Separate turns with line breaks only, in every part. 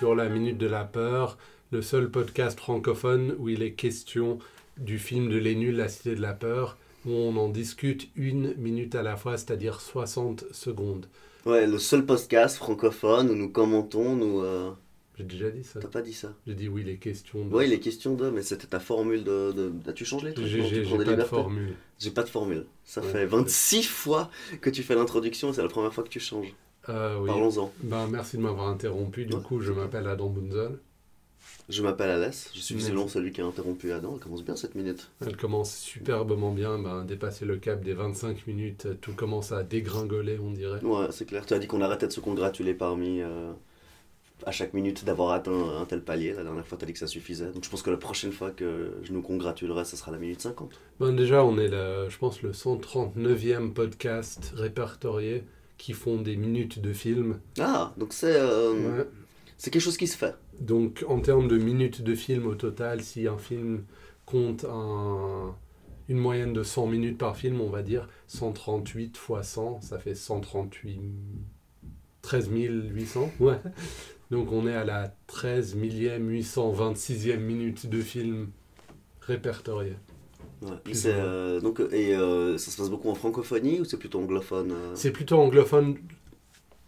pour la Minute de la Peur, le seul podcast francophone où il est question du film de Les Nuls, La Cité de la Peur, où on en discute une minute à la fois, c'est-à-dire 60 secondes.
Ouais, le seul podcast francophone où nous commentons, nous. euh,
J'ai déjà dit ça.
T'as pas dit ça
J'ai dit oui, il est question de...
Ouais, il est question de, mais c'était ta formule de. de... As-tu changé les trucs
J'ai
non, tu
j'ai-
prends
j'ai
des
pas de
libertés
formule.
J'ai pas de formule. Ça
Ouais.
fait 26 fois que tu fais l'introduction et c'est la première fois que tu changes.
Euh, oui.
Parlons-en.
Ben, merci de m'avoir interrompu. Du
Ouais.
coup, je m'appelle Adam Bunzel.
Je m'appelle Alès, je suis
Mais-
selon celui qui a interrompu Adam. Elle commence bien cette minute.
Elle commence superbement bien. Ben, dépasser le cap des 25 minutes, tout commence à dégringoler, on dirait.
Ouais, c'est clair. Tu as dit qu'on arrêtait de se congratuler parmi. euh, à chaque minute d'avoir atteint un tel palier. La dernière fois, t'as dit que ça suffisait. Donc je pense que la prochaine fois que je nous congratulerai, ça sera la minute 50.
Ben, déjà, on est, le, je pense, le 139e podcast répertorié qui font des minutes de film.
Ah, donc c'est. euh,
Ouais.
C'est quelque chose qui se fait.
Donc, en termes de minutes de film au total, si un film compte un- une moyenne de 100 minutes par film, on va dire 138 fois 100, ça fait 138... 13 800. Ouais. Donc, on est à la 13 millième 826e minute de film répertoriée.
Ouais. Et
Plus
c'est,
ou moins.
euh, donc, et euh, ça se passe beaucoup en francophonie ou c'est plutôt anglophone euh
C'est plutôt anglophone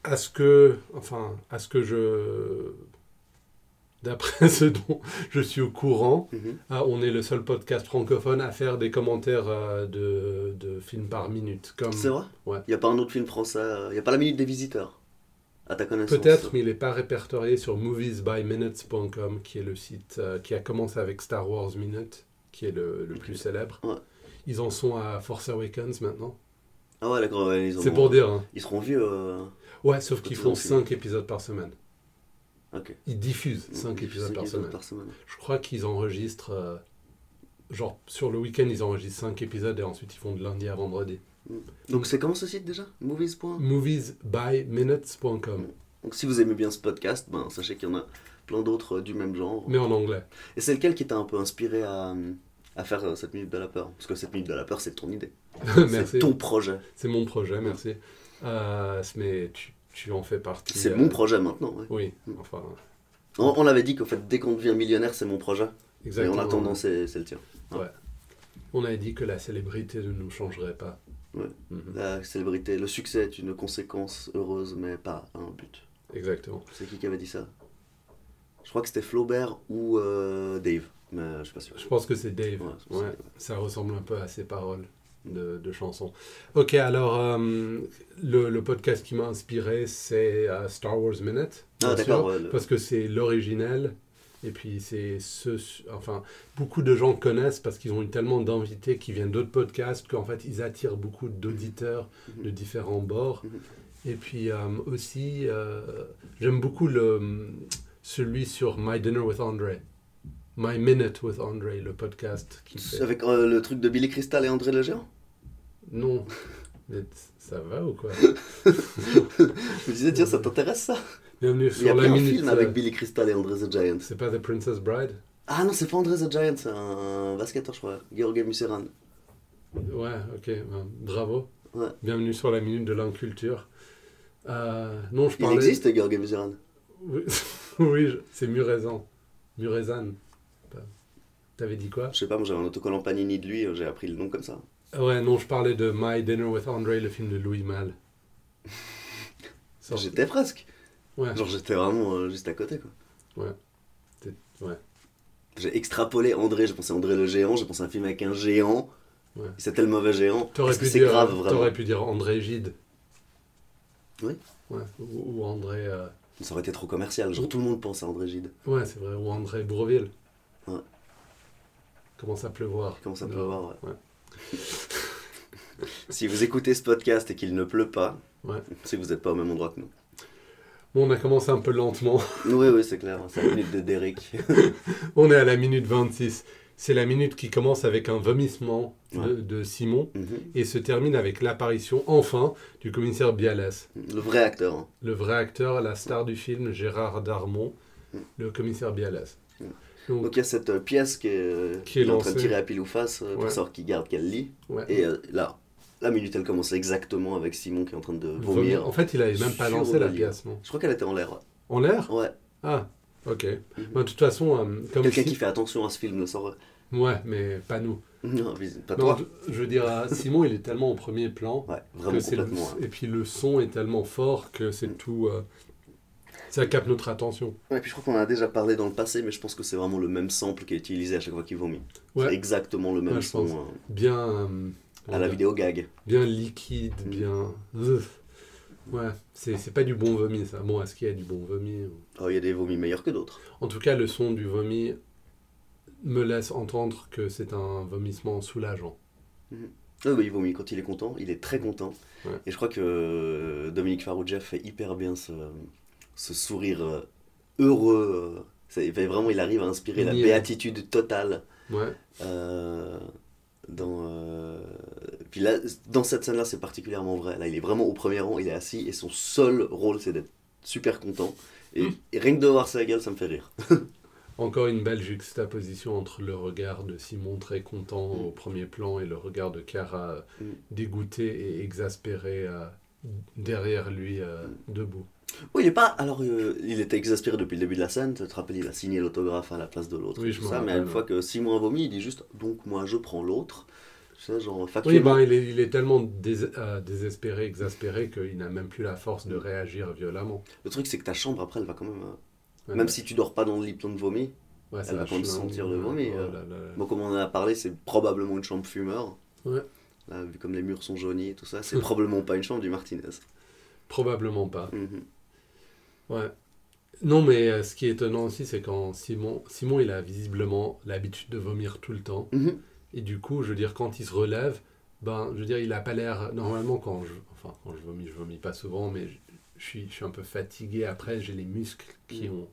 à ce que, enfin, à ce que je, d'après ce dont je suis au courant,
Mhm.
ah, on est le seul podcast francophone à faire des commentaires euh, de, de films par minute. Comme
C'est vrai
Ouais.
Il n'y a pas un autre film français euh, Il n'y a pas la minute des visiteurs À ta connaissance
peut-être, mais il n'est pas répertorié sur moviesbyminutes.com, qui est le site euh, qui a commencé avec Star Wars Minute, qui est le, le plus célèbre.
Ouais.
Ils en sont à Force Awakens maintenant.
Ah ouais, d'accord. ouais, ils, en
C'est
ont-
pour dire. hein.
ils seront vieux. euh,
Ouais, sauf qu'ils
Ils
font
ont fait-
5 épisodes par semaine.
Ok.
Ils diffusent 5
Cinq
épisodes par
épisodes
semaine. Je crois qu'ils enregistrent. euh, genre, sur le week-end, ils enregistrent 5 épisodes et ensuite ils font de lundi à vendredi.
Donc c'est comment ce site déjà Movies. point
Moviesbyminutes.com,
Donc si vous aimez bien ce podcast, ben, sachez qu'il y en a plein d'autres euh, du même genre.
mais en anglais.
Et c'est lequel qui t'a un peu inspiré à, euh, à faire euh, cette minute de la peur Parce que cette minute de la peur, c'est ton idée. C'est
merci.
ton projet.
C'est mon projet, merci. Euh, mais tu, tu en fais partie.
C'est
euh,
mon projet maintenant. ouais.
Oui, enfin,
On, on l'avait dit qu'en fait, dès qu'on devient millionnaire, c'est mon projet.
exactement.
Et en attendant, c'est c'est le tien.
On avait dit que la célébrité ne nous changerait pas.
Ouais.
Mhm,
La célébrité, le succès est une conséquence heureuse, mais pas un but.
Exactement.
C'est qui qui avait dit ça Je crois que c'était Flaubert ou euh, Dave, mais je suis pas sûr.
Je pense que c'est Dave.
Ouais, c'est-
Ouais, ça ressemble un peu à ces paroles de, de chansons. Ok, alors euh, le, le podcast qui m'a inspiré, c'est euh, Star Wars Minute.
Ah
bien
d'accord,
sûr,
ouais, le-
Parce que c'est l'original. Et puis c'est ce. Enfin, beaucoup de gens connaissent parce qu'ils ont eu tellement d'invités qui viennent d'autres podcasts qu'en fait ils attirent beaucoup d'auditeurs
Mhm.
de différents bords.
Mhm.
Et puis euh, aussi, euh, j'aime beaucoup le, celui sur My Dinner with Andre. My Minute with Andre, le podcast qui fait.
Avec euh, le truc de Billy Crystal et André Lejean
Non. Mais t- Ça va ou quoi
Je me disais, tiens, ça t'intéresse ça
Bienvenue
Il y a
sur la
bien un
minute.
film
euh,
avec Billy Crystal et André the Giant.
C'est pas The Princess Bride
Ah non, c'est pas André the Giant, c'est un basketteur, je crois. George Museran.
Ouais, ok, ben, bravo.
Ouais.
Bienvenue sur la minute de l'inculture. Euh, non, je
Il
parlais.
existe, George Museran
Oui, oui, je- c'est Murezan. Murezan. Pas- T'avais dit quoi Euh,
Je sais pas, moi j'avais un autocollant Panini de lui, euh, j'ai appris le nom comme ça.
Ouais, non, je parlais de My Dinner with Andre, le film de Louis Malle. Sorti-
J'étais presque.
Ouais,
Genre j'étais vraiment euh, juste à côté quoi.
Ah, t'es- ouais.
J'ai extrapolé André, j'ai pensé à André le géant, j'ai pensé à un film avec un géant.
Ouais.
C'était le mauvais géant.
T'aurais
Parce que
pu,
c'est
dire- euh,
grave vraiment.
t'aurais pu dire André Gide.
Oui.
Ouais, ou, ou André. euh,
Ça aurait été trop commercial, genre tout le monde pense à André Gide.
Ouais, c'est vrai, ou André Bourville.
Ouais.
Commence à pleuvoir. Euh,
Comment ça
Non.
peut avoir
Ouais.
Si vous écoutez ce podcast et qu'il ne pleut pas,
Ouais.
si vous n'êtes pas au même endroit que nous.
Bon, on a commencé un peu lentement.
Oui, oui, c'est clair, c'est la minute de Derek.
On est à la minute 26. C'est la minute qui commence avec un vomissement de,
Ouais.
de Simon
Mhm.
et se termine avec l'apparition, enfin, du commissaire Bialès.
le vrai acteur. hein.
Le vrai acteur, la star du film, Gérard Darmon, le commissaire Bialès.
Ouais.
Donc,
Donc il y a cette euh, pièce qui est, euh,
Qui est
il en train de
lancée.
tirer à pile ou face euh,
Ouais.
pour savoir qui garde quelle lit.
ouais.
Et euh, là, la minute elle commence exactement avec Simon qui est en train de
Vomir.
vomir.
En fait, il avait même pas
Sur
lancé la
le lit.
pièce, non
Je crois qu'elle était en l'air. ouais.
En l'air
Ouais.
Ah, Ok. Ben, de toute façon, euh, comme
Mm-hmm. Quelqu'un
si-
qui fait attention à ce film le sort. euh,
Ouais, mais pas nous.
Non, mais pas
Non,
toi.
je, je veux dire, euh, Simon, il est tellement au premier plan
Ouais,
que
vraiment
c'est le-
complètement. hein.
et puis le son est tellement fort que c'est
Mm.
tout. euh, ça capte notre attention.
Ouais, puis je crois qu'on en a déjà parlé dans le passé, mais je pense que c'est vraiment le même sample qui est utilisé à chaque fois qu'il vomit.
Ouais.
C'est exactement le même
Ouais, je
son
pense.
hein,
Bien. euh,
à la vidéo gag.
Bien liquide,
Mm.
bien. Ouf. Ouais, c'est c'est pas du bon vomi ça. Bon, est-ce qu'il y a du bon vomi
Oh, il y a des vomis meilleurs que d'autres.
En tout cas, le son du vomi me laisse entendre que c'est un vomissement soulageant.
Ah oui, il vomit quand il est content, il est très content.
Ouais.
Et je crois que euh, Dominique Farrugia fait hyper bien ce, ce sourire euh, heureux. euh, c'est- enfin, vraiment, il arrive à inspirer la
Niais.
béatitude totale.
Ouais,
euh, dans, euh, Puis là, dans cette scène-là, c'est particulièrement vrai. Là, il est vraiment au premier rang, il est assis, et son seul rôle, c'est d'être super content. Et, et rien que de voir sa gueule, ça me fait rire.
encore une belle juxtaposition entre le regard de Simon très content
Mm.
au premier plan et le regard de Cara euh,
Mm.
dégoûté et exaspéré euh, derrière lui, euh,
Mm.
debout.
Oui, il est pas. Alors, euh, il était exaspéré depuis le début de la scène. Tu te rappelles, il a signé l'autographe à la place de l'autre.
Oui,
et
je
tout
me
ça, mais
rappelle,
une fois que Simon a vomi, il dit juste Donc, moi, je prends l'autre. Tu sais, genre,
Oui,
factuellement.
ben, il, est, il est tellement dés- euh, désespéré, exaspéré qu'il n'a même plus la force de réagir violemment.
Le truc, c'est que ta chambre, après, elle va quand même. euh,
Ouais,
Même si tu dors pas dans le lit plein de vomi,
ouais, ça
elle va quand même
vachement-
sentir le vomi,
Oh
euh.
là là là.
bon, comme on en a parlé, c'est probablement une chambre fumeur.
Ouais.
Là, vu comme les murs sont jaunis et tout ça, c'est probablement pas une chambre du Martinez.
Probablement pas.
Mhm.
Ouais. Non, mais euh, ce qui est étonnant aussi, c'est quand Simon, Simon, il a visiblement l'habitude de vomir tout le temps.
Mhm.
Et du coup, je veux dire, quand il se relève, ben, je veux dire, il a pas l'air. Normalement, quand je, enfin, quand je vomis, je vomis pas souvent, mais je, je suis, je suis un peu fatigué après. J'ai les muscles qui
Mm.
ont.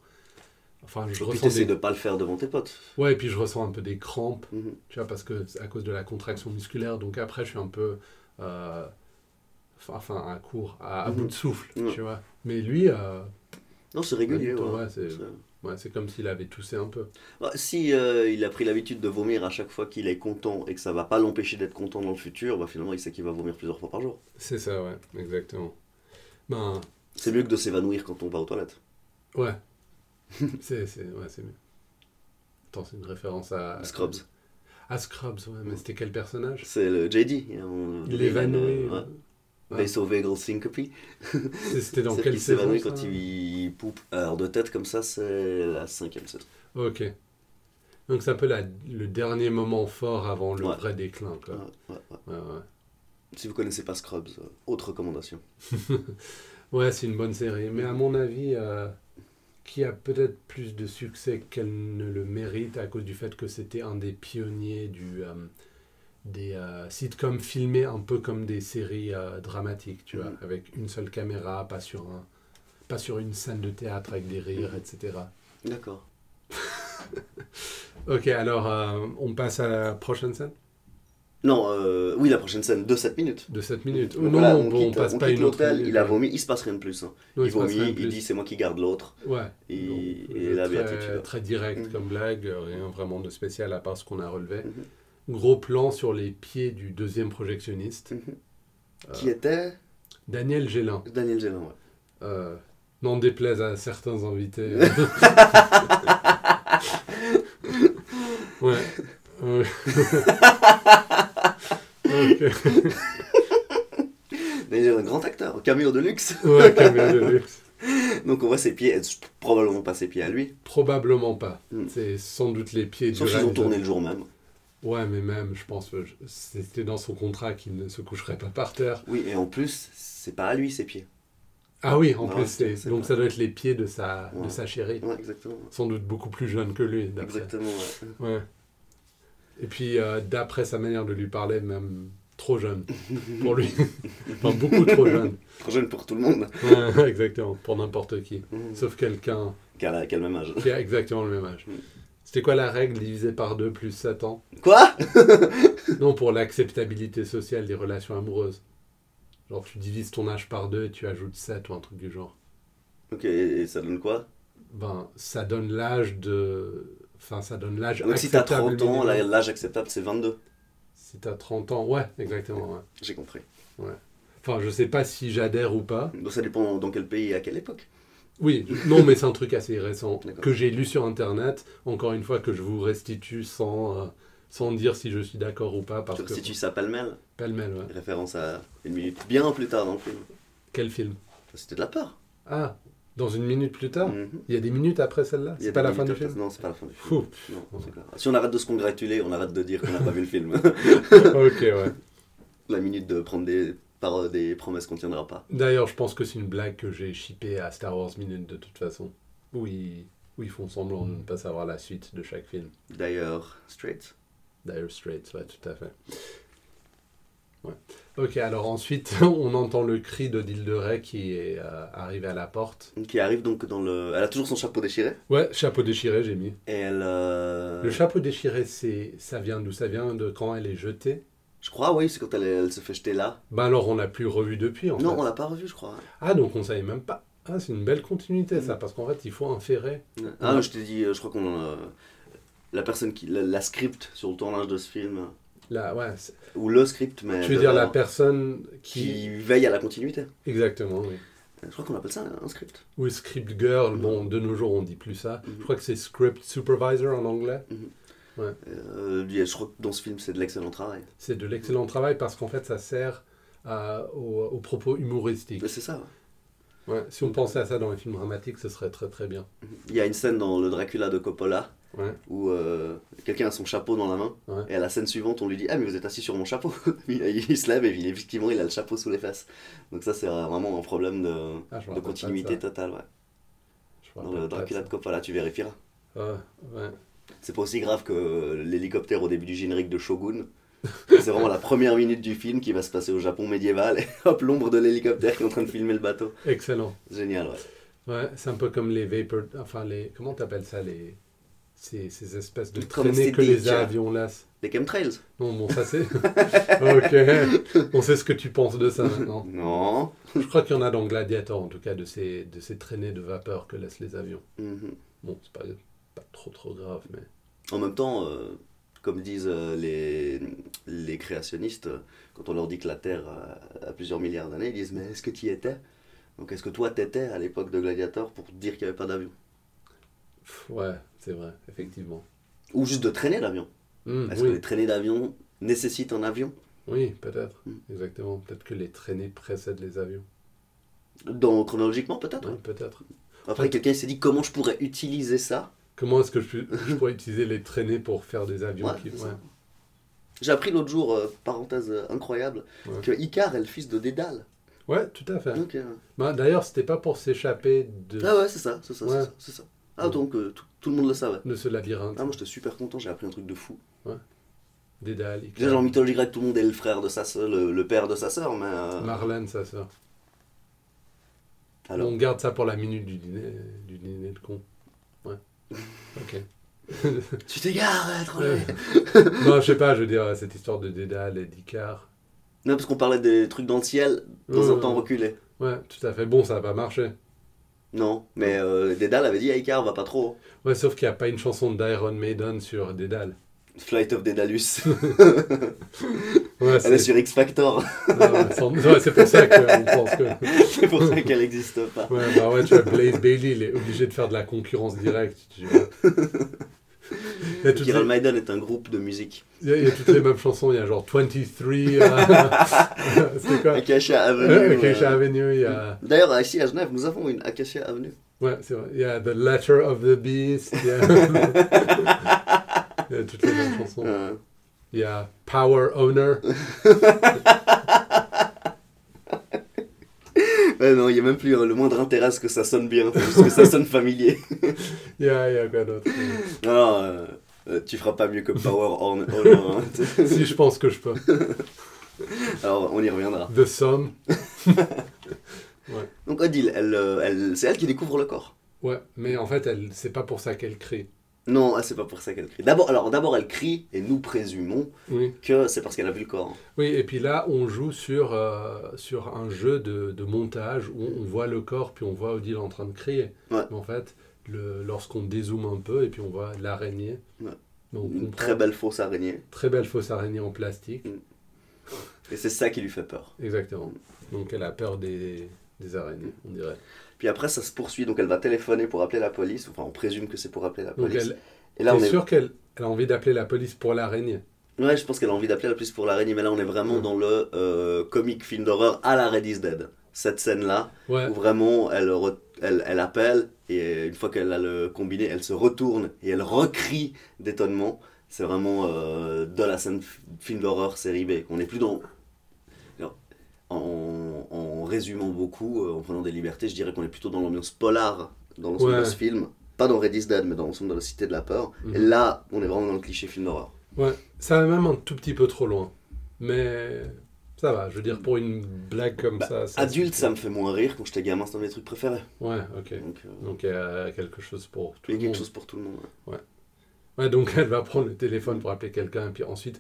Enfin, je
Puis
ressens.
t'essaies
Des...
de pas le faire devant tes potes.
Ouais, et puis je ressens un peu des crampes,
Mhm.
tu vois, parce que c'est à cause de la contraction musculaire. Donc après, je suis un peu. euh, Enfin, à court, à, à
Mhm.
bout de souffle,
Ouais.
tu vois. Mais lui, euh,
Non, c'est régulier.
Ouais,
ouais.
ouais, c'est-
C'est-
ouais, c'est comme s'il avait toussé un peu.
Bah, si euh, il a pris l'habitude de vomir à chaque fois qu'il est content et que ça va pas l'empêcher d'être content dans le futur, bah finalement il sait qu'il va vomir plusieurs fois par jour.
C'est ça, ouais, exactement. Ben,
C'est mieux que de s'évanouir quand on va aux toilettes.
ouais. c'est c'est- ouais, c'est mieux. Attends, c'est une référence à.
Scrubs.
À Scrubs, ouais, mais c'était quel personnage
C'est le JD. hein, on-
Il évanouit.
euh, ouais.
Ouais.
Vasovagal syncope.
C'est- C'était dans
Celle
quelle
qui s'évanouit
série
quand il poupe heure de tête comme ça, c'est la cinquième saison.
Ok. Donc c'est un peu la- le dernier moment fort avant le
Ouais.
vrai déclin, quoi.
Ouais, ouais, ouais.
Ouais, ouais.
Si vous connaissez pas Scrubs, euh, autre recommandation.
Ouais, c'est une bonne série. Mais à mon avis, euh, qui a peut-être plus de succès qu'elle ne le mérite à cause du fait que c'était un des pionniers du, euh, des euh, sitcoms filmés un peu comme des séries euh, dramatiques, tu vois,
Mhm.
avec une seule caméra, pas sur, un, pas sur une scène de théâtre avec des rires,
Mhm.
etc.
D'accord.
Ok, alors euh, on passe à la prochaine scène
Non, euh, oui, la prochaine scène de 7 minutes.
de 7 minutes.
Donc
non,
voilà,
non, bon, on
quitte-
passe
on
pas
quitte
une autre.
l'hôtel,
minute,
il a
ouais.
vomi, il se passe rien de plus. hein.
Non,
il
se passe
vomit,
rien de
il
plus.
dit c'est moi qui garde l'autre.
Ouais.
Et-
Donc,
et la
très,
béatitude.
Très direct
Mhm.
comme blague, euh, rien vraiment de spécial à part ce qu'on a relevé.
Mhm.
Gros plan sur les pieds du deuxième projectionniste,
Mhm.
Euh.
Qui était
Daniel Gélin.
Daniel Gélin, ouais.
Euh, N'en déplaise à certains invités. euh. ouais. Euh. Ok.
Daniel Gélin, grand acteur, caméo de luxe.
Ouais, caméo de luxe.
Donc on voit ses pieds, c'est probablement pas ses pieds à lui.
Probablement pas.
Mhm.
C'est sans doute les pieds du euh,
Sauf qu'ils ont
réalisateur.
tourné le jour même.
Ouais, mais même, je pense que je- c'était dans son contrat qu'il ne se coucherait pas par terre.
Oui, et en plus, c'est pas à lui ses pieds.
Ah oui, en
Non,
plus,
Bah c'est-
c'est,
c'est
donc
pas-
ça doit être les pieds de sa, de
Ouais.
sa chérie.
Ouais, exactement.
Sans doute beaucoup plus jeune que lui, d'après.
Exactement, ouais.
Ouais. Et puis, euh, d'après sa manière de lui parler, même trop jeune pour lui. enfin, beaucoup trop jeune.
Trop jeune pour tout le monde.
Ouais, exactement, pour n'importe qui.
Mhm.
Sauf quelqu'un
Qu'à la- qu'à le même âge.
qui a exactement le même âge. C'était quoi la règle divisé par 2 plus 7 ans
Quoi
Non, pour l'acceptabilité sociale des relations amoureuses. Genre, tu divises ton âge par 2 et tu ajoutes 7 ou un truc du genre.
Ok, et et ça donne quoi
ben, ça donne l'âge de. Enfin, ça donne l'âge
Donc si t'as
acceptable
30 ans,
minimum.
la- l'âge acceptable c'est 22.
Si t'as 30 ans, ouais, exactement. ouais.
J'ai compris.
Enfin, je sais pas si j'adhère ou pas.
Donc ça dépend dans quel pays et à quelle époque.
Oui, non, mais c'est un truc assez récent
D'accord.
que j'ai lu sur Internet, encore une fois, que je vous restitue sans, euh, sans dire si je suis d'accord ou pas, parce
Tu
que...
restitues ça pêle-mêle,
Pêle-mêle, ouais.
référence à une minute bien plus tard dans le film.
Quel film
C'était de la peur.
Ah, dans une minute plus tard
Mhm.
Il y a des minutes après celle-là
Il y
Ah,
a
C'est pas
des
la fin du
minutes à
film
passer. Non, c'est pas la fin du film.
Fou.
Non, c'est clair. Si on arrête de se congratuler, on arrête de dire qu'on n'a pas vu le film.
Ok, ouais.
la minute de prendre des, par des promesses qu'on tiendra pas.
D'ailleurs, je pense que c'est une blague que j'ai chippée à Star Wars Minute de toute façon. Où ils, où ils font semblant de ne pas savoir la suite de chaque film.
D'ailleurs, straight.
Dire Straits, ouais, tout à fait. Ouais. Ok, alors ensuite, on entend le cri de Ray qui est euh, arrivé à la porte.
Qui arrive donc dans le. Elle a toujours son chapeau déchiré.
Ouais, chapeau déchiré, j'ai mis.
Et elle. euh,
Le chapeau déchiré, c'est ça vient d'où Ça vient de quand elle est jetée
Je crois, oui, c'est quand elle, elle se fait jeter là.
Ben alors, on l'a plus revu depuis, en
non,
fait.
on l'a pas revu, je crois.
Ah, donc on savait même pas. Ah, c'est une belle continuité,
Mm.
ça, parce qu'en fait, il faut un ferré.
Ah, je t'ai dit, euh, je crois qu'on. euh, La personne qui. La, la script sur le tournage de ce film.
Là, ouais, c'est-
Ou le script, mais.
Tu veux dire la
vraiment,
personne qui...
Euh, Qui veille à la continuité.
Exactement, oui.
Je crois qu'on appelle ça un script.
Ou script girl, bon, de nos jours on dit plus ça.
Mhm.
Je crois que c'est script supervisor en anglais.
Euh, je crois que dans ce film, c'est de l'excellent travail.
C'est de l'excellent travail parce qu'en fait ça sert à- aux, aux propos humoristiques.
Mais c'est ça. ouais.
Ouais, si on pensait à ça dans les films dramatiques, ce serait très très bien.
Il y a une scène dans le Dracula de Coppola
Ouais.
où euh, quelqu'un a son chapeau dans la main
Ouais.
et à la scène suivante on lui dit ah mais vous êtes assis sur mon chapeau. il, il se lève et il- effectivement il a le chapeau sous les fesses. Donc ça c'est vraiment un problème de,
Ah, je me
de
rappelle pas
continuité
de
totale. Ouais.
ça. Je me
Dans
rappelle pas
le
de
Dracula de Coppola tu vérifieras.
ça. Ouais, ouais.
C'est pas aussi grave que l'hélicoptère au début du générique de Shogun. C'est vraiment la première minute du film qui va se passer au Japon médiéval et hop l'ombre de l'hélicoptère qui est en train de filmer le bateau.
Excellent.
Génial ouais.
Ouais, c'est un peu comme les vapor... Enfin, les... Comment t'appelles ça les... ces, ces espèces de
Comme
traînées
c'est
que les
déjà.
avions lassent.
Les chemtrails
Non, bon, ça c'est... ok. On sait ce que tu penses de ça maintenant.
Non.
Je crois qu'il y en a dans Gladiator, en tout cas, de ces, de ces traînées de vapeur que laissent les avions.
Mhm.
Bon, c'est pas, pas trop trop grave, mais.
En même temps, euh, comme disent euh, les, les créationnistes, euh, quand on leur dit que la Terre a, a plusieurs milliards d'années, ils disent Mais est-ce que tu y étais Donc est-ce que toi t'étais à l'époque de Gladiator pour dire qu'il n'y avait pas d'avion
pff, ouais, c'est vrai, effectivement.
Ou juste de traîner d'avion
Hmm,
Est-ce que
oui,
les traînées d'avion nécessitent un avion
oui peut-être.
Hmm.
Exactement. Peut-être que les traînées précèdent les avions.
Dans, Chronologiquement peut-être
Oui, peut-être.
Après, quelqu'un s'est dit Comment je pourrais utiliser ça
Comment est-ce que je, peux- je pourrais utiliser les traînées pour faire des avions
Ouais,
qui.
c'est
Ouais.
ça. J'ai appris l'autre jour, euh, parenthèse euh, incroyable,
Ouais.
que Icare est le fils de Dédale.
Ouais, tout à fait.
Donc, euh,
Bah, D'ailleurs, c'était pas pour s'échapper de,
Ah ouais, c'est ça, c'est ça, c'est
Ouais.
ça, c'est ça. Ah, donc euh, tout- tout le monde le savait.
de ce labyrinthe.
Ah, moi j'étais super content, j'ai appris un truc de fou.
Dédale,
Déjà, dans la mythologie grecque, tout le monde est le frère de sa sœur, le, le père de sa sœur, mais. euh,
Marlène, sa sœur.
alors,
On garde ça pour la minute du dîner, du dîner de con. Ouais. Ok.
tu t'égares, étranger
Euh, non, je sais pas, je veux dire, cette histoire de Dédale et d'Icare.
Non, parce qu'on parlait des trucs dans le ciel, dans un
Ouais,
temps
ouais.
reculé.
Ouais, tout à fait. Bon, ça va pas marcher.
Non, mais euh, Dédale avait dit à Icar, va pas trop.
Ouais, sauf qu'il n'y a pas une chanson d'Iron Maiden sur Dédale.
Flight of Dédalus.
Ouais,
Elle est
c'est
sur X Factor,
Ah ouais, sans- ouais, c'est pour ça qu'on pense que.
c'est pour ça qu'elle n'existe pas.
Ouais, bah ouais, tu vois, Blaze Bailey, il est obligé de faire de la concurrence directe. Tu vois. Il y a toutes
Kiral
les-
Maiden est un groupe de musique.
il y a- il y a toutes les mêmes chansons, il y a genre 23. euh, c'est quoi
Acacia Avenue.
Euh, Acacia
euh.
Avenue, il y a.
D'ailleurs, ici à Genève, nous avons une Acacia Avenue.
Ouais, c'est vrai. Il y a The Letter of the Beast. Il y a, il y a toutes les mêmes chansons.
Euh,
Il y a Power Owner.
ouais, non, il n'y a même plus euh, le moindre intérêt à ce que ça sonne bien, parce que ça sonne familier.
Il y a, il y a quoi d'autre
Non, non, euh, euh, tu feras pas mieux que Power Horn. Horn, hein.
Si je pense que je peux.
Alors, on y reviendra.
The Sum.
Donc, Odile, elle, euh, elle- c'est elle qui découvre le corps.
Ouais, mais en fait, elle, c'est pas pour ça qu'elle crie.
Non, ah, c'est pas pour ça qu'elle crie. D'abord, alors d'abord elle crie et nous présumons
Oui.
que c'est parce qu'elle a vu le corps.
Oui, et puis là, on joue sur, euh, sur un jeu de, de montage où on voit le corps, puis on voit Odile en train de crier.
Ouais.
Mais en fait, le, lorsqu'on dézoome un peu, et puis on voit l'araignée.
Ouais.
mais on
Une
comprend.
très belle fausse araignée.
Très belle fausse araignée en plastique.
Et c'est ça qui lui fait peur.
Exactement. Donc elle a peur des, des araignées, on dirait.
Puis après, ça se poursuit. Donc elle va téléphoner pour appeler la police. Enfin, on présume que c'est pour appeler la
Donc
police.
elle,
et là, on
t'es
est.
sûr qu'elle elle a envie d'appeler la police pour l'araignée
Ouais, je pense qu'elle a envie d'appeler la police pour l'araignée. Mais là, on est vraiment
Mm.
dans le euh, comique film d'horreur à la Red is Dead. Cette scène-là,
Ouais.
où vraiment, elle, re- elle, elle appelle. Et une fois qu'elle a le combiné, elle se retourne et elle recrie d'étonnement. C'est vraiment euh, de la scène f- film d'horreur série B. On n'est plus dans. Alors, En, en résumant beaucoup, euh, en prenant des libertés, je dirais qu'on est plutôt dans l'ambiance polar dans l'ensemble
Ouais.
de ce film. Pas dans Red is Dead, mais dans l'ensemble de la Cité de la Peur.
Mhm.
Et là, on est vraiment dans le cliché film d'horreur.
Ouais, ça va même un tout petit peu trop loin. Mais ça va, je veux dire, pour une blague comme
Bah,
ça, ça.
Adulte, ça me fait moins rire. Quand j'étais gamin, c'était un de mes trucs préférés.
Ouais, ok.
Donc, euh,
Donc euh, quelque chose pour tout le
il y a quelque
monde.
chose pour tout le monde. ouais.
Ouais, donc elle va prendre le téléphone pour appeler quelqu'un, et puis ensuite,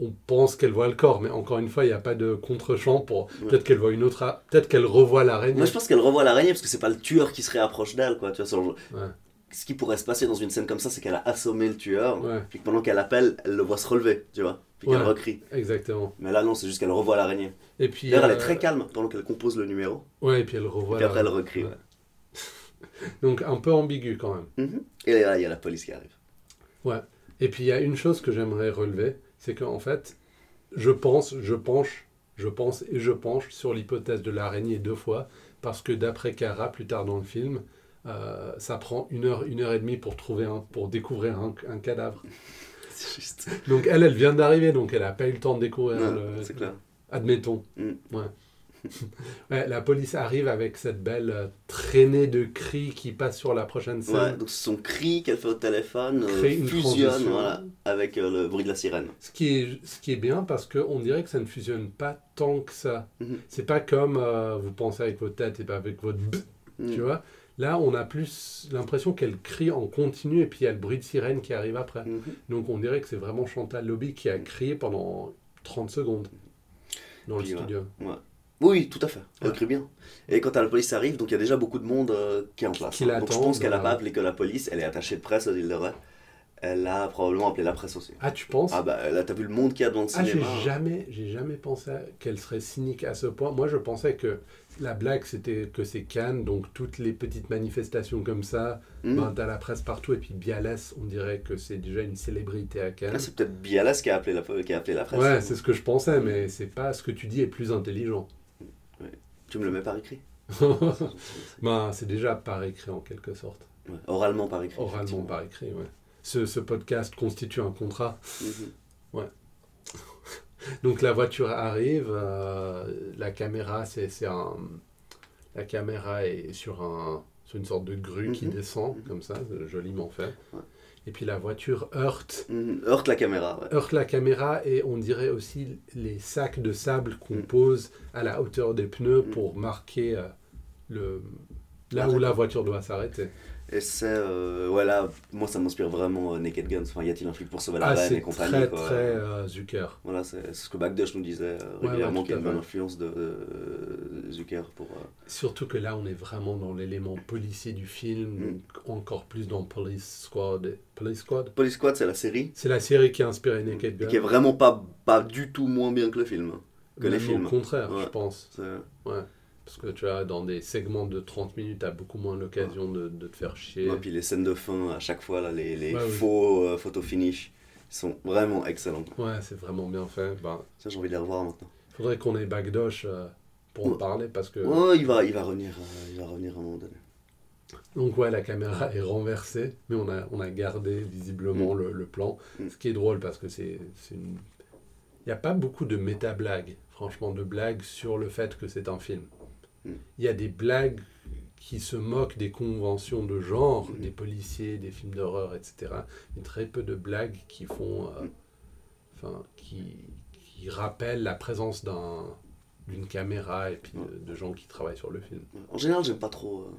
on pense qu'elle voit le corps, mais encore une fois, il n'y a pas de contre-champ pour.
Ouais.
Peut-être qu'elle voit une autre. a- Peut-être qu'elle revoit
Moi,
l'araignée.
je pense qu'elle revoit l'araignée parce que c'est pas le tueur qui se réapproche d'elle, quoi. Tu vois, c'est genre-
Ouais.
Ce qui pourrait se passer dans une scène comme ça, c'est qu'elle a assommé le tueur,
Ouais,
puis que pendant qu'elle appelle, elle le voit se relever, tu vois, puis qu'elle
Ouais.
recrie.
exactement.
Mais là, non, c'est juste qu'elle revoit l'araignée.
Et puis.
D'ailleurs, elle
euh,
est très calme pendant qu'elle compose le numéro,
Ouais, et puis elle revoit.
puis après, elle
l'araignée.
recrie.
Ouais. Donc un peu ambigu quand même.
Mhm. Et là, il y a la police qui arrive.
Et puis il y a une chose que j'aimerais relever, c'est qu'en fait, je pense, je penche, je pense et je penche sur l'hypothèse de l'araignée deux fois, parce que d'après Cara, plus tard dans le film, euh, ça prend une heure, une heure et demie pour trouver un, pour découvrir un, un cadavre.
C'est juste.
Donc elle, elle vient d'arriver, donc elle n'a pas eu le temps de découvrir
Non,
le.
c'est clair.
Admettons.
Mm.
Ouais. Ouais, la police arrive avec cette belle euh, traînée de cris qui passe sur la prochaine scène.
Ouais, donc son cri qu'elle fait au téléphone euh,
Crée une
fusionne
transition.
voilà, avec euh, le bruit de la sirène.
Ce qui est, ce qui est bien parce qu'on dirait que ça ne fusionne pas tant que ça.
Mhm.
C'est pas comme euh, vous pensez avec votre tête et pas avec votre b,
Mhm.
tu vois. Là, on a plus l'impression qu'elle crie en continu et puis il y a le bruit de sirène qui arrive après.
Mhm.
Donc on dirait que c'est vraiment Chantal Lobby qui a crié pendant 30 secondes dans le
Puis, ouais.
studio.
Oui, tout à fait. Elle
Ouais.
crie bien. Et quand la police arrive, donc il y a déjà beaucoup de monde euh, qui est en place.
Qui
hein.
l'attend, bah,
Donc je pense qu'elle n'a
voilà.
pas appelé que la police, elle est attachée de presse aux îles de Ré. Elle a probablement appelé la presse aussi.
Ah, tu penses
Ah bah là, t'as vu le monde qui a devant le
Ah, j'ai
cinéma. hein.
jamais, j'ai jamais pensé à- qu'elle serait cynique à ce point. Moi, je pensais que la blague, c'était que c'est Cannes, donc toutes les petites manifestations comme ça,
Hmm.
Ben, t'as la presse partout et puis Bialès, on dirait que c'est déjà une célébrité à Cannes.
Ah, c'est peut-être Bialas qui a appelé la, qui a appelé la presse. Hmm.
ouais, c'est ce que je pensais, mais c'est pas ce que tu dis est plus intelligent.
Tu me le mets par écrit
ben, c'est déjà par écrit en quelque sorte,
Ouais, Oralement par écrit.
oralement
effectivement.
par écrit. Ouais. Ce, ce podcast constitue un contrat.
Mhm.
Donc la voiture arrive, euh, la caméra, c'est c'est un, la caméra est sur un, sur une sorte de grue qui
Mhm.
descend
Mhm.
comme ça, euh, joliment fait.
Ouais.
Et puis la voiture heurte
Mhm. Heurte la caméra, ouais.
heurte la caméra et on dirait aussi les sacs de sable qu'on
Mm.
pose à la hauteur des pneus
Mm.
pour marquer euh, le, là
L'arrêt.
où la voiture doit s'arrêter.
Et c'est. euh, ouais, là, moi ça m'inspire vraiment euh, Naked Guns. Enfin, y a-t-il un flic pour sauver la
Ah,
reine
c'est
et compagnie
très
quoi.
très euh, Zucker.
Voilà, c'est c'est ce que Bagdosh nous disait euh,
Ouais,
régulièrement,
ouais,
qu'il y a
tout
une
à
bonne
fait.
influence de euh, Zucker pour... euh,
Surtout que là, on est vraiment dans l'élément policier du film,
Mm.
donc encore plus dans Police Squad. et- Police Squad
Police Squad, c'est la série
C'est la série qui a inspiré Naked
Mm. et
Gun.
qui est vraiment pas, pas du tout moins bien que le film. que les
Même
films.
Au contraire,
Ouais.
je pense.
C'est-
Parce que tu vois, dans des segments de 30 minutes, t'as beaucoup moins l'occasion de, de te faire chier.
Et puis les scènes de fin, à chaque fois, là, les, les
Ouais, oui.
faux euh, photos finish sont vraiment excellentes.
Ouais, c'est vraiment bien fait. Ben,
Ça, j'ai envie de les revoir maintenant.
Faudrait qu'on ait Bagdosh euh, pour en
Ouais.
parler parce que.
Oh, il va, il va revenir, euh, il va revenir à un moment donné.
Donc, ouais, la caméra est renversée, mais on a, on a gardé visiblement le, le plan.
Mm.
Ce qui est drôle parce que c'est. c'est une... Il n'y a pas beaucoup de méta-blagues, franchement, de blagues sur le fait que c'est un film.
Mm.
Il y a des blagues qui se moquent des conventions de genre,
Mm.
des policiers, des films d'horreur, etc. Mais très peu de blagues qui font. euh,
Mm.
Enfin, qui, qui rappellent la présence d'un d'une caméra et puis de- de gens qui travaillent sur le film.
Ouais. En général, j'aime pas trop... euh,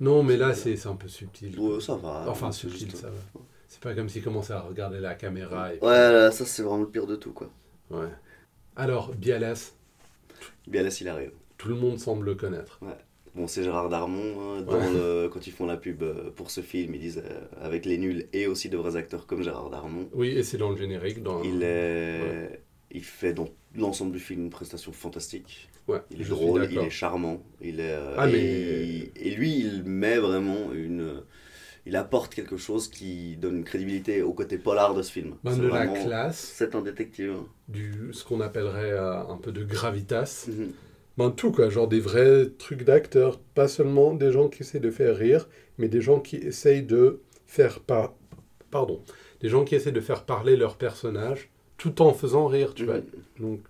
Non, mais là, c'est c'est un peu subtil.
ouais, ça va.
Enfin,
c'est
subtil,
juste- euh,
ça va. C'est pas comme s'il commençait à regarder la caméra. Et...
Ouais, là, ça, c'est vraiment le pire de tout, quoi.
Ouais. Alors, Bialas,
Bien, là, s'il arrive.
tout le monde semble le connaître.
Bon, c'est Gérard Darmon, hein, dans
Ouais.
le- quand ils font la pub euh, pour ce film, ils disent euh, avec les nuls et aussi de vrais acteurs comme Gérard Darmon.
Oui, et c'est dans le générique. Dans...
Il est, Il fait dans l'ensemble du film une prestation fantastique.
Ouais,
Il est
je suis
drôle, il
d'accord.
est charmant. Il est, euh,
Ah,
et,
mais-
et lui, il met vraiment une. Il apporte quelque chose qui donne une crédibilité au côté polar de ce film.
Ben,
C'est
de la
vraiment-
classe,
C'est un détective. hein.
du, ce qu'on appellerait euh, un peu de gravitas.
Mhm.
Ben tout quoi, genre des vrais trucs d'acteurs, pas seulement des gens qui essayent de faire rire, mais des gens qui essayent de faire par... pardon, des gens qui essayent de faire parler leur personnage tout en faisant rire, tu vois.
Mhm.
Donc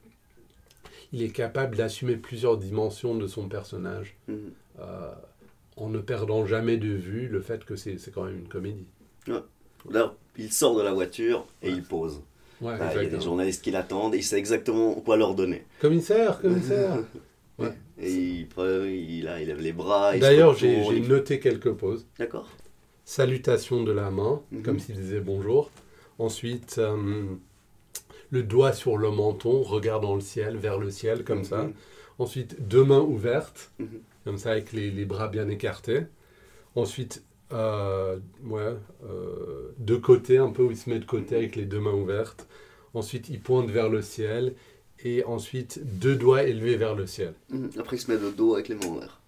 il est capable d'assumer plusieurs dimensions de son personnage
Mhm.
euh, en ne perdant jamais de vue le fait que c'est c'est quand même une comédie.
Là, il sort de la voiture et
Ouais.
il pose.
Ouais,
Là, Bah, il y a des
exactement.
journalistes qui l'attendent et il sait exactement quoi leur donner.
Commissaire, commissaire. Ouais.
Et il, pre- il, a- il lève les bras. Ah, il se
D'ailleurs, j'ai
retourne,
j'ai
il-
noté quelques pauses.
D'accord.
salutation de la main,
Mhm.
comme s'il disait bonjour. Ensuite, euh, le doigt sur le menton, regard dans le ciel, vers le ciel, comme ça.
Mhm.
Ensuite, deux mains ouvertes,
Mhm.
comme ça, avec les, les bras bien écartés. Ensuite, euh, ouais, euh, de côté, un peu où il se met de côté
Mhm.
avec les deux mains ouvertes. Ensuite, il pointe vers le ciel. Et ensuite, deux doigts élevés vers le ciel.
Mhm. Après, il se met le dos avec les mains en l'air.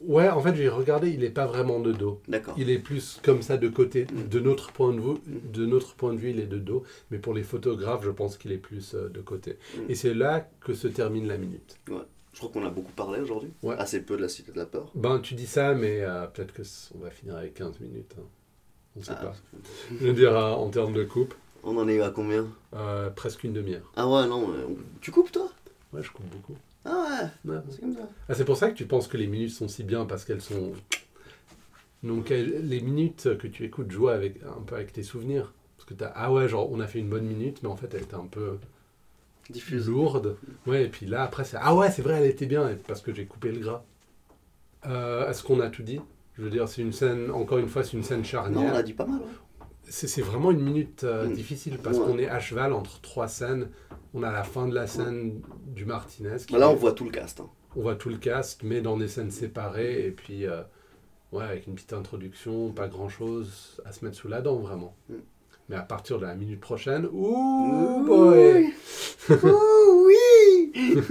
Ouais, en fait, j'ai regardé, il n'est pas vraiment de dos.
D'accord.
Il est plus comme ça de côté, de notre point de vue, de notre point de vue, il est de dos, mais pour les photographes, je pense qu'il est plus euh, de côté.
Mm.
Et c'est là que se termine la minute.
Je crois qu'on a beaucoup parlé aujourd'hui.
Ouais.
Assez peu de la cité de la peur.
Ben, tu dis ça, mais euh, peut-être que c- on va finir avec 15 minutes. hein. On ne sait
Ah.
pas. Je veux dire, euh, en termes de coupe,
On en est à combien
euh, presque une demi-heure.
Ah ouais, non. euh, on- Tu coupes toi
Ouais, je coupe beaucoup.
Ah
Ouais.
ouais, c'est comme ça.
Ah, c'est pour ça que tu penses que les minutes sont si bien, parce qu'elles sont... Donc, elles- les minutes que tu écoutes jouent avec, un peu avec tes souvenirs. Parce que tu as, ah ouais, genre, on a fait une bonne minute, mais en fait, elle était un peu...
Diffuse.
lourde. Ouais, et puis là, après, c'est Ah ouais, c'est vrai, elle était bien, et parce que j'ai coupé le gras. Euh, Est-ce qu'on a tout dit Je veux dire, c'est une scène, encore une fois, c'est une scène
Non, on
charnière.
a dit pas mal. hein.
C'est c'est vraiment une minute euh,
Mm.
difficile parce
Ouais.
qu'on est à cheval entre trois scènes. On a la fin de la scène du Martinez. qui-
Bah Là, on voit tout le cast. hein.
on voit tout le cast, mais dans des scènes séparées, et puis, euh, ouais, avec une petite introduction, pas grand chose à se mettre sous la dent, vraiment.
Mm.
Mais à partir de la minute prochaine, ouh, Oh, boy
Ouh, oui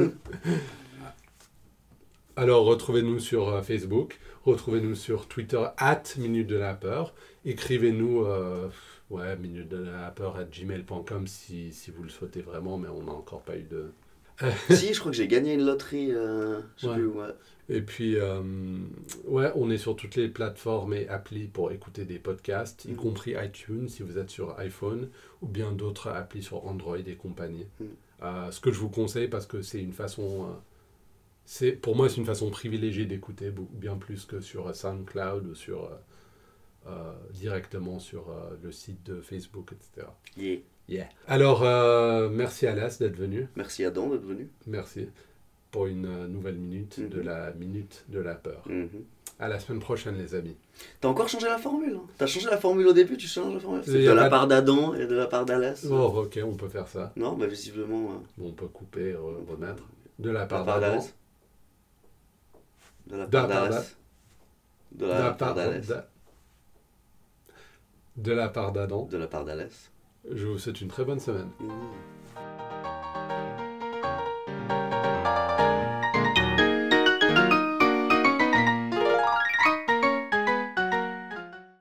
Alors retrouvez-nous sur euh, Facebook, retrouvez-nous sur Twitter at Minute de la Peur, écrivez-nous euh, ouais, minute de la peur at gmail.com si, si vous le souhaitez vraiment, mais on n'a encore pas eu de...
Si, je crois que j'ai gagné une loterie. euh, je sais
Ouais.
plus où, ouais.
Et puis, euh, ouais, on est sur toutes les plateformes et applis pour écouter des podcasts, y
Mhm.
compris iTunes si vous êtes sur iPhone, ou bien d'autres applis sur Android et compagnie.
Mhm.
Euh, ce que je vous conseille parce que c'est une façon... euh, c'est, pour moi, c'est une façon privilégiée d'écouter, beaucoup- bien plus que sur euh, SoundCloud ou sur, euh, euh, directement sur euh, le site de Facebook, etc.
Yeah.
Alors, euh, merci Alas d'être venu.
Merci Adam d'être venu.
Merci pour une euh, nouvelle minute de
Mhm.
la minute de la peur. À la semaine prochaine, les amis.
T'as encore changé la formule. hein. T'as changé la formule au début, tu changes la formule.
Il
C'est
y
de
a
la
pas-
part d'Adam et de la part d'Alès.
Oh, ok, on peut faire ça.
Non, bah visiblement. euh,
On peut couper, re- remettre. De la
de la
part
part
d'Adam.
d'Alès. De la
Da-
part
par-
d'Alès.
De
De la
la
part
part
d'Alès.
d'A- De la part d'Adam.
De la part d'Alès.
Je vous souhaite une très bonne semaine.
Mhm.